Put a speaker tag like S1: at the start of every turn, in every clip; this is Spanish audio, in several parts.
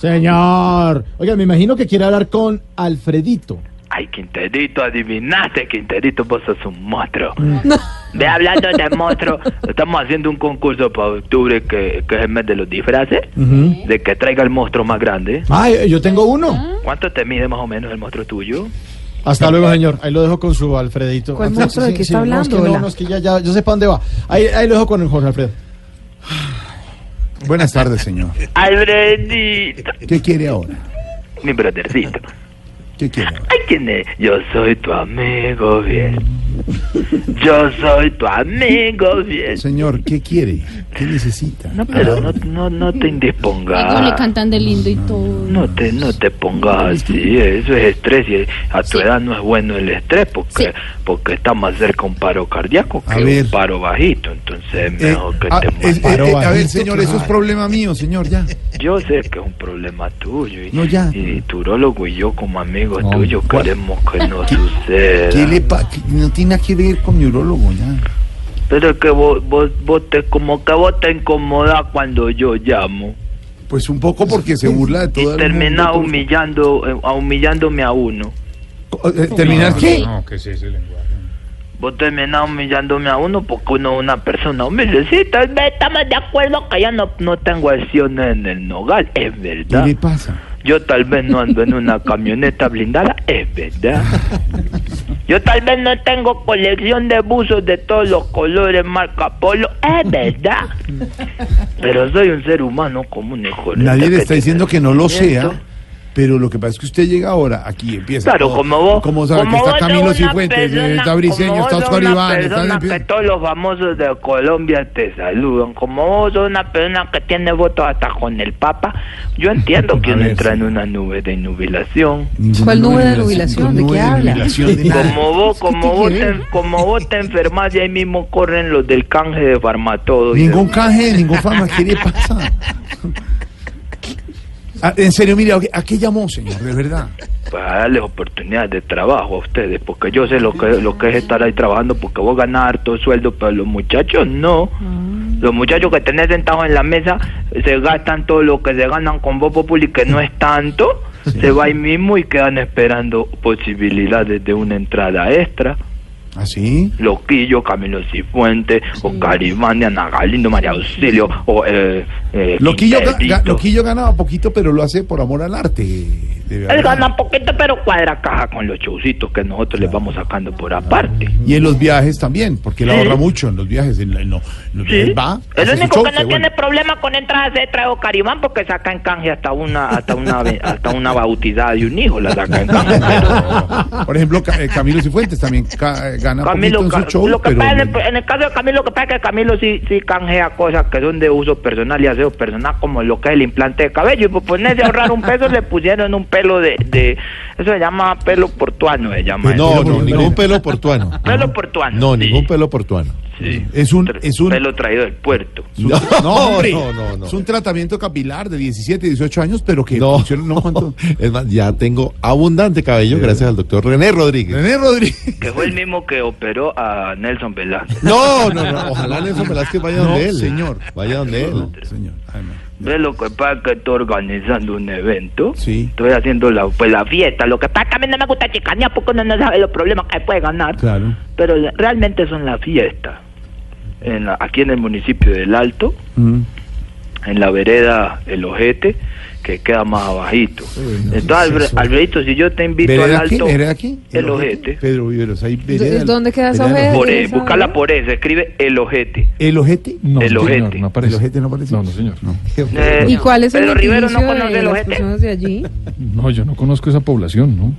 S1: Señor. Oiga, me imagino que quiere hablar con Alfredito.
S2: Ay, Quinterito, adivinaste, Quinterito, vos sos un monstruo. Ve hablando de monstruo, estamos haciendo un concurso para octubre que, que es el mes de los disfraces, de que traiga el monstruo más grande.
S1: Ah, eh, yo tengo
S3: Ah.
S1: uno.
S2: ¿Cuánto te mide más o menos el monstruo tuyo?
S1: Hasta luego, señor. Ahí lo dejo con su Alfredito.
S3: ¿Cuál
S1: Alfredo,
S3: monstruo? ¿De qué está
S1: no, es que
S3: hablando?
S1: no,
S3: Hola.
S1: no, es que ya, ya, yo sé para dónde va. Ahí, ahí lo dejo con el Jorge Alfredo.
S4: Buenas tardes, señor.
S2: Alfredito,
S4: ¿Qué quiere ahora?
S2: mi brothercito.
S4: ¿Qué quiere ahora?
S2: Ay, ¿quién es? Yo soy tu amigo bien. Yo soy tu amigo bien.
S4: Señor, ¿qué quiere? ¿Qué necesita?
S2: No, pero no, no, no te indispongas.
S5: Luego le cantan de lindo y todo.
S2: No te, no te pongas así, eso es estrés y a tu
S5: Sí.
S2: edad no es bueno el estrés porque,
S5: Sí.
S2: porque está más cerca un paro cardíaco
S4: A
S2: que
S4: ver.
S2: un paro bajito, entonces es
S4: Eh,
S2: mejor que
S4: ah,
S2: te
S4: es- eh,
S2: mantengas.
S1: Paro
S4: eh, a ver,
S1: bajito,
S4: señor, eso es
S1: claro.
S4: problema mío, señor, ya.
S2: Yo sé que es un problema tuyo y,
S4: No, ya.
S2: y tu urologo y yo como amigos
S1: No,
S2: tuyos
S4: ¿cuál?
S2: queremos que no suceda.
S4: ¿Qué le pa- qué- no tiene nada que ver con mi urologo, ya.
S2: Pero es que vos, vos, vos te, como que vos te incomodás cuando yo llamo.
S4: Pues un poco porque se burla de todo
S2: Y
S4: el
S2: terminás
S4: mundo.
S2: humillando, eh, humillándome a uno.
S4: Eh, ¿Terminar qué?
S5: No,
S2: Vos terminás humillándome a uno porque uno es una persona humilde. Sí, tal vez estamos de acuerdo que ya no, no tengo acciones en el nogal, es
S4: ¿Qué
S2: verdad.
S4: le pasa?
S2: Yo tal vez no ando en una camioneta blindada, es verdad. Yo tal vez no tengo colección de buzos de todos los colores marca Polo, es verdad. Pero soy un ser humano común este y corriente.
S4: Nadie le está
S2: tiene
S4: diciendo que no lo
S2: sentimientos.
S4: sea, pero lo que pasa es que usted llega ahora, aquí empieza.
S2: Claro,
S4: todo.
S2: como vos.
S4: Como sabe que
S2: como vos
S4: está
S2: sos
S4: Camilo
S2: una
S4: Cifuentes, eh,
S2: persona-
S4: está Briseño,
S2: como
S4: está
S2: vos sos
S4: Oscar
S2: una
S4: Iván, está...
S2: persona que todos los famosos de Colombia te saludan. Como vos sos una persona que tiene votos hasta con el Papa, yo entiendo que
S4: A
S2: uno
S4: ver,
S2: entra en
S4: señor.
S2: una nube de nubilación.
S3: ¿Cuál nube de
S4: jubilación?
S3: jubilación? ¿De qué habla?
S4: Ah,
S2: Como vos, como
S3: ¿qué
S2: vos,
S3: tiene?
S2: te, como vos te enfermas y ahí mismo corren los del canje de farmatodo. y
S4: Ningún canje, ningún fama. ¿Qué le pasa? Ah, en serio, mire, ¿a qué- ¿a qué llamó, señor? De verdad.
S2: de- Para darles oportunidades de trabajo a ustedes, porque yo sé lo que, lo que es estar ahí trabajando, porque vos ganás harto sueldo, pero los muchachos no. Los muchachos que tenés sentados en la mesa se gastan todo lo que se ganan con Voz Populi, que no es tanto, se va ahí mismo y quedan esperando posibilidades de una entrada extra.
S4: ¿Ah, ¿Así?
S2: Loquillo, Camilo Cifuentes, Oscar Iván, Ana Galindo, María Auxilio, o eh, eh,
S4: Loquillo, ga-
S2: Quinterito.
S4: ga- Loquillo ganaba poquito, pero lo hace por amor al arte. de verdad.
S2: Él gana poquito, pero cuadra caja con los showcitos que nosotros les vamos sacando por aparte.
S4: Y en los viajes también, porque él
S2: Sí.
S4: ahorra mucho en los viajes. En, la- en lo- en los
S2: Sí.
S4: viajes va.
S2: el
S4: hace su
S2: único
S4: show,
S2: que no
S4: se
S2: tiene
S4: vuelve.
S2: problema con entradas de trago Caribán porque saca en canje hasta una hasta una ve- hasta una bautizada de un hijo la saca en canje.
S4: Por ejemplo, Ca- eh, Camilo Cifuentes también ca- eh, gana
S2: Camilo,
S4: poquito en
S2: Ca-
S4: su show,
S2: lo que
S4: pero...
S2: pasa en, el, en el caso de Camilo, lo que pasa es que Camilo sí, sí canjea cosas que son de uso personal y aseo personal, como lo que es el implante de cabello. Y por ponerse a ahorrar un peso, le pusieron un pelo de, de. Eso se llama pelo portuano, se llama. eso.
S4: No, no, ningún
S1: pelo portuano.
S2: Pelo portuano.
S1: No,
S2: sí,
S1: ningún pelo portuano.
S2: sí.
S4: Es un...
S2: Tra-
S4: Es un
S2: Pelo traído del puerto.
S4: No, hombre.
S1: no, no, no.
S4: Es un tratamiento capilar de 17, 18 años, pero que
S6: No.
S4: funciona, no cuánto.
S6: Es más, ya tengo abundante cabello gracias al doctor René Rodríguez.
S4: René Rodríguez.
S2: Que fue el mismo que operó a Nelson Velázquez.
S6: No, no, no. Ojalá Nelson Velázquez vaya
S4: No,
S6: donde él.
S4: señor.
S6: Vaya donde él.
S4: Señor, además.
S2: ¿Ves lo que pasa? Que estoy organizando un evento.
S4: Sí.
S2: Estoy haciendo la, pues, la fiesta. Lo que pasa es que a mí no me gusta chicanear porque uno no sabe los problemas que puede ganar.
S4: Claro.
S2: Pero la- realmente son las fiestas. En la- aquí en el municipio del Alto,
S4: Mm.
S2: en la vereda El Ojete, que queda más abajito. Entonces, Albre- Alfredito, si yo te invito al
S4: ¿Vereda aquí?
S2: Alto...
S4: ¿Vereda aquí?
S2: El Ojete.
S4: Pedro Viveros, ahí vereda.
S3: ¿Es dónde queda esa
S4: vereda del
S3: ojeda?
S2: Por, eh,
S3: ¿Quién sabe?
S2: buscala por eso, escribe El Ojete.
S4: ¿El ojete?
S2: el Ojete.
S4: ¿El ojete no aparece? No, no, señor.
S2: Eh,
S3: ¿Y cuál es el
S2: Pedro Rivero no
S3: gentilicio
S2: conoce
S3: de
S2: El
S3: las
S2: Ojete.
S3: personas de allí?
S7: No, yo no conozco esa población, ¿no?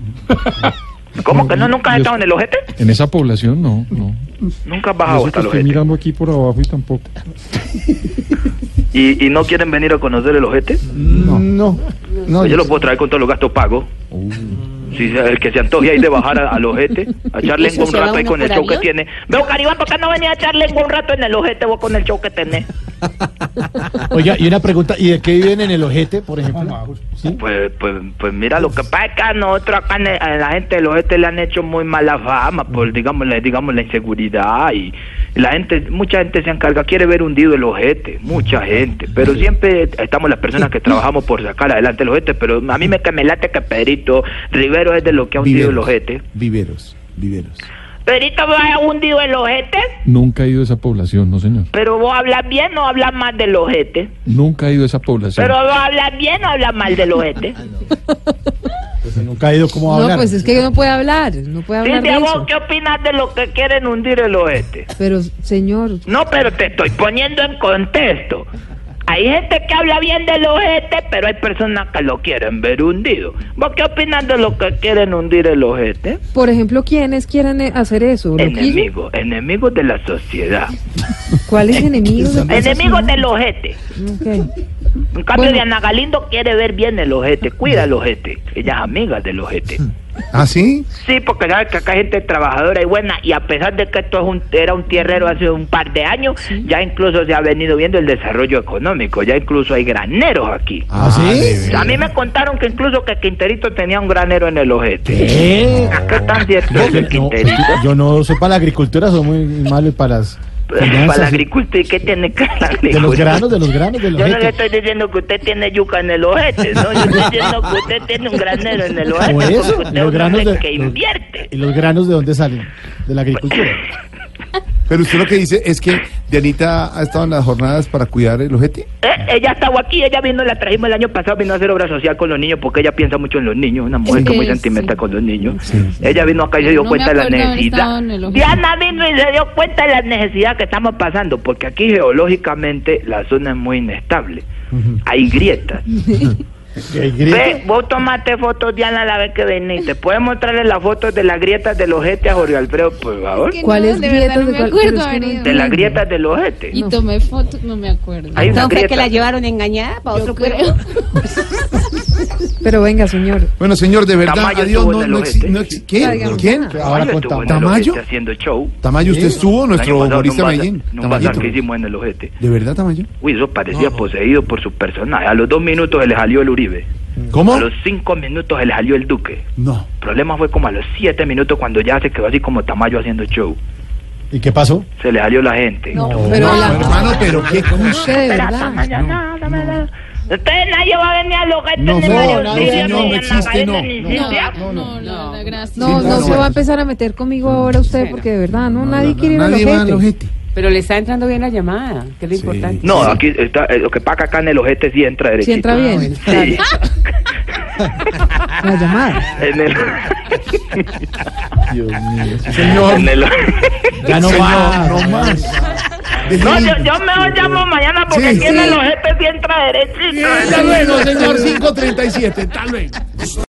S2: ¿Cómo que no? ¿Nunca has estado en el ojete?
S7: En esa población no, no.
S2: Nunca has
S7: Yo
S2: bajado
S7: sé que
S2: hasta el
S7: estoy
S2: ojete.
S7: mirando aquí por abajo y tampoco.
S2: ¿Y, y no quieren venir a conocer el ojete?
S1: No, no. no,
S2: Yo lo puedo traer con todos los gastos pagos. Si se- el que se antoje ahí de bajar a- al ojete, a echar
S5: ¿Y
S2: lengua
S5: eso
S2: un
S5: se va
S2: rato ahí
S5: uno
S2: con el
S5: por
S2: show que
S5: avión?
S2: tiene. Veo, Caribán, ¿por qué no venía a echar lengua un rato en el ojete vos con el show que tenés?
S1: Oiga, y una pregunta, ¿y de qué viven en el ojete, por ejemplo? ¿Sí?
S2: Pues, pues, pues mira, lo que pasa es que a nosotros acá en el- a la gente del oeste le han hecho muy mala fama por, digamos, la, digamos, la inseguridad y y la gente, mucha gente se encarga, quiere ver hundido el ojete, mucha gente, pero siempre estamos las personas que trabajamos por sacar adelante el ojete, pero a mí me que me late que Pedrito Rivero es de los que ha hundido el ojete.
S4: Viveros, viveros.
S2: ¿Pedrito vos has hundido el ojete?
S7: Nunca he ido a esa población, no señor.
S2: Pero vos hablas bien o hablas mal del ojete.
S7: Nunca he ido a esa población.
S2: Pero vos hablas bien o hablas mal del ojete.
S1: Nunca ha ido como a
S3: No,
S1: hablar.
S3: pues es que no puede hablar, no puede hablar de
S2: Silvia, vos,
S3: eso.
S2: ¿qué opinas de los que quieren hundir el ojete?
S3: Pero, señor,
S2: No, pero te estoy poniendo en contexto. Hay gente que habla bien del ojete, pero hay personas que lo quieren ver hundido. ¿Vos qué opinas de los que quieren hundir el ojete?
S3: por ejemplo, ¿quiénes quieren eh, hacer eso? ¿Loquillo?
S2: Enemigos, enemigos de la sociedad.
S3: ¿Cuáles enemigos?
S2: Enemigos del ojete.
S3: Ok.
S2: En cambio,
S3: Bueno.
S2: Diana Galindo quiere ver bien el ojete, cuida el ojete. Ella es amiga del ojete.
S4: ¿Ah, sí?
S2: Sí, porque sabes que acá hay gente trabajadora y buena, y a pesar de que esto es un, era un tierrero hace un par de años, ya incluso se ha venido viendo el desarrollo económico, ya incluso hay graneros aquí.
S1: ¿Ah, sí?
S2: A mí me contaron que incluso que Quinterito tenía un granero en el ojete.
S1: ¿Qué?
S2: Acá tan cierto
S3: Ah,
S1: Yo,
S2: es el
S1: no,
S2: Quinterito.
S1: yo no soy para la agricultura, soy muy malo para las
S2: Para la
S1: finanzas,
S2: agricultura, ¿y qué tiene que la
S1: De los
S2: agricultura?
S1: granos, de los granos, de los
S2: Yo no le estoy diciendo que usted tiene yuca en el ojete, no, yo estoy diciendo que usted tiene un granero en el ojete,
S1: Por eso,
S2: porque usted es
S1: los
S2: un
S1: granos
S2: hombre
S1: de,
S2: que
S1: los-
S2: invierte.
S1: ¿Y los granos de dónde salen? De la agricultura.
S4: Pero usted lo que dice es que Dianita ha estado en las jornadas para cuidar el ojete.
S2: Eh, ella estaba aquí, ella vino, la trajimos el año pasado, vino a hacer obra social con los niños porque ella piensa mucho en los niños, una mujer
S5: Es
S2: que es muy
S5: que
S2: sentimental
S5: sí.
S2: con los niños. Ella vino acá y se dio
S5: No me
S2: cuenta de la
S5: acuerdo haber
S2: necesidad.
S5: estado en el ojo.
S2: Diana vino y se dio cuenta de la necesidad que estamos pasando porque aquí geológicamente la zona es muy inestable. Hay grietas.
S1: ¿Qué grieta?
S2: Ve, vos tomaste fotos, Diana, la vez que viniste. ¿Puedes mostrarle las fotos de las grietas del ojete a Jorge Alfredo, por favor?
S5: Que
S3: ¿Cuáles
S5: no, de verdad
S3: grietas
S5: no
S3: de
S5: me
S3: cuál- pero
S5: acuerdo
S3: es que
S5: haber
S3: no-
S5: ido.
S2: De las grietas del ojete.
S5: Y tomé fotos, no me acuerdo.
S2: Hay una
S8: ¿Usted cree
S2: grieta.
S8: que la llevaron engañada para
S5: Yo
S8: otro
S5: creo.
S8: cuerpo?
S3: Pero venga, señor.
S4: Bueno, señor, de verdad,
S2: Tamayo
S4: adiós.
S2: estuvo
S4: No,
S2: en el
S4: no,
S2: ojete.
S4: exi- no exi- ¿Quién?
S3: Salgan.
S4: ¿Quién?
S1: Ahora
S2: Yo estuve
S1: contamos.
S2: en el
S4: ¿Tamayo?
S2: ojete haciendo show.
S4: Tamayo, usted estuvo,
S2: El
S4: nuestro
S2: año pasado en un
S4: humorista
S2: bazar- en
S4: Medellín.
S2: Un bazar
S4: Tamayito.
S2: que hicimos en el ojete.
S4: ¿De verdad, Tamayo?
S2: Uy, eso parecía poseído por su personaje. A los dos minutos se le salió el Uribe.
S4: ¿Cómo?
S2: A los cinco minutos se le salió el Duque.
S4: No.
S2: El problema fue como a los siete minutos cuando ya se quedó así como Tamayo haciendo show.
S1: ¿Y qué pasó?
S2: Se le salió la gente.
S3: Pero
S4: No,
S3: la-
S4: hermano, pero qué cosa.
S3: de
S2: Espera,
S3: verdad.
S2: Tamayo, no, Tamayo, no. Entonces nadie va a venir al ojete
S4: No,
S2: ni
S4: no,
S2: Mario
S4: no,
S2: Silvia,
S4: no,
S2: ni
S4: no
S2: Ana
S4: existe,
S2: Gabriela,
S4: no,
S2: ni
S4: no.
S2: Silvia.
S5: No, no, la verdad, gracias.
S3: No,
S4: Sí,
S3: no
S4: claro.
S3: se va a empezar a meter conmigo ahora usted, porque de verdad, no, nadie quiere ir a
S4: Nadie va al
S3: los gente.
S4: ojete.
S8: Pero le está entrando bien la llamada, que es lo importante.
S2: No, aquí está, eh, lo que pasa acá en el ojete sí entra derechito.
S3: Si entra bien,
S2: Sí.
S3: la llamada.
S2: En el,
S4: Señor,
S2: en el-
S1: Ya no va, no más.
S2: No, yo, yo mejor llamo mañana porque
S4: Sí.
S2: aquí en el ojete sí entra derechito.
S4: Hasta luego, señor 537. Tal vez.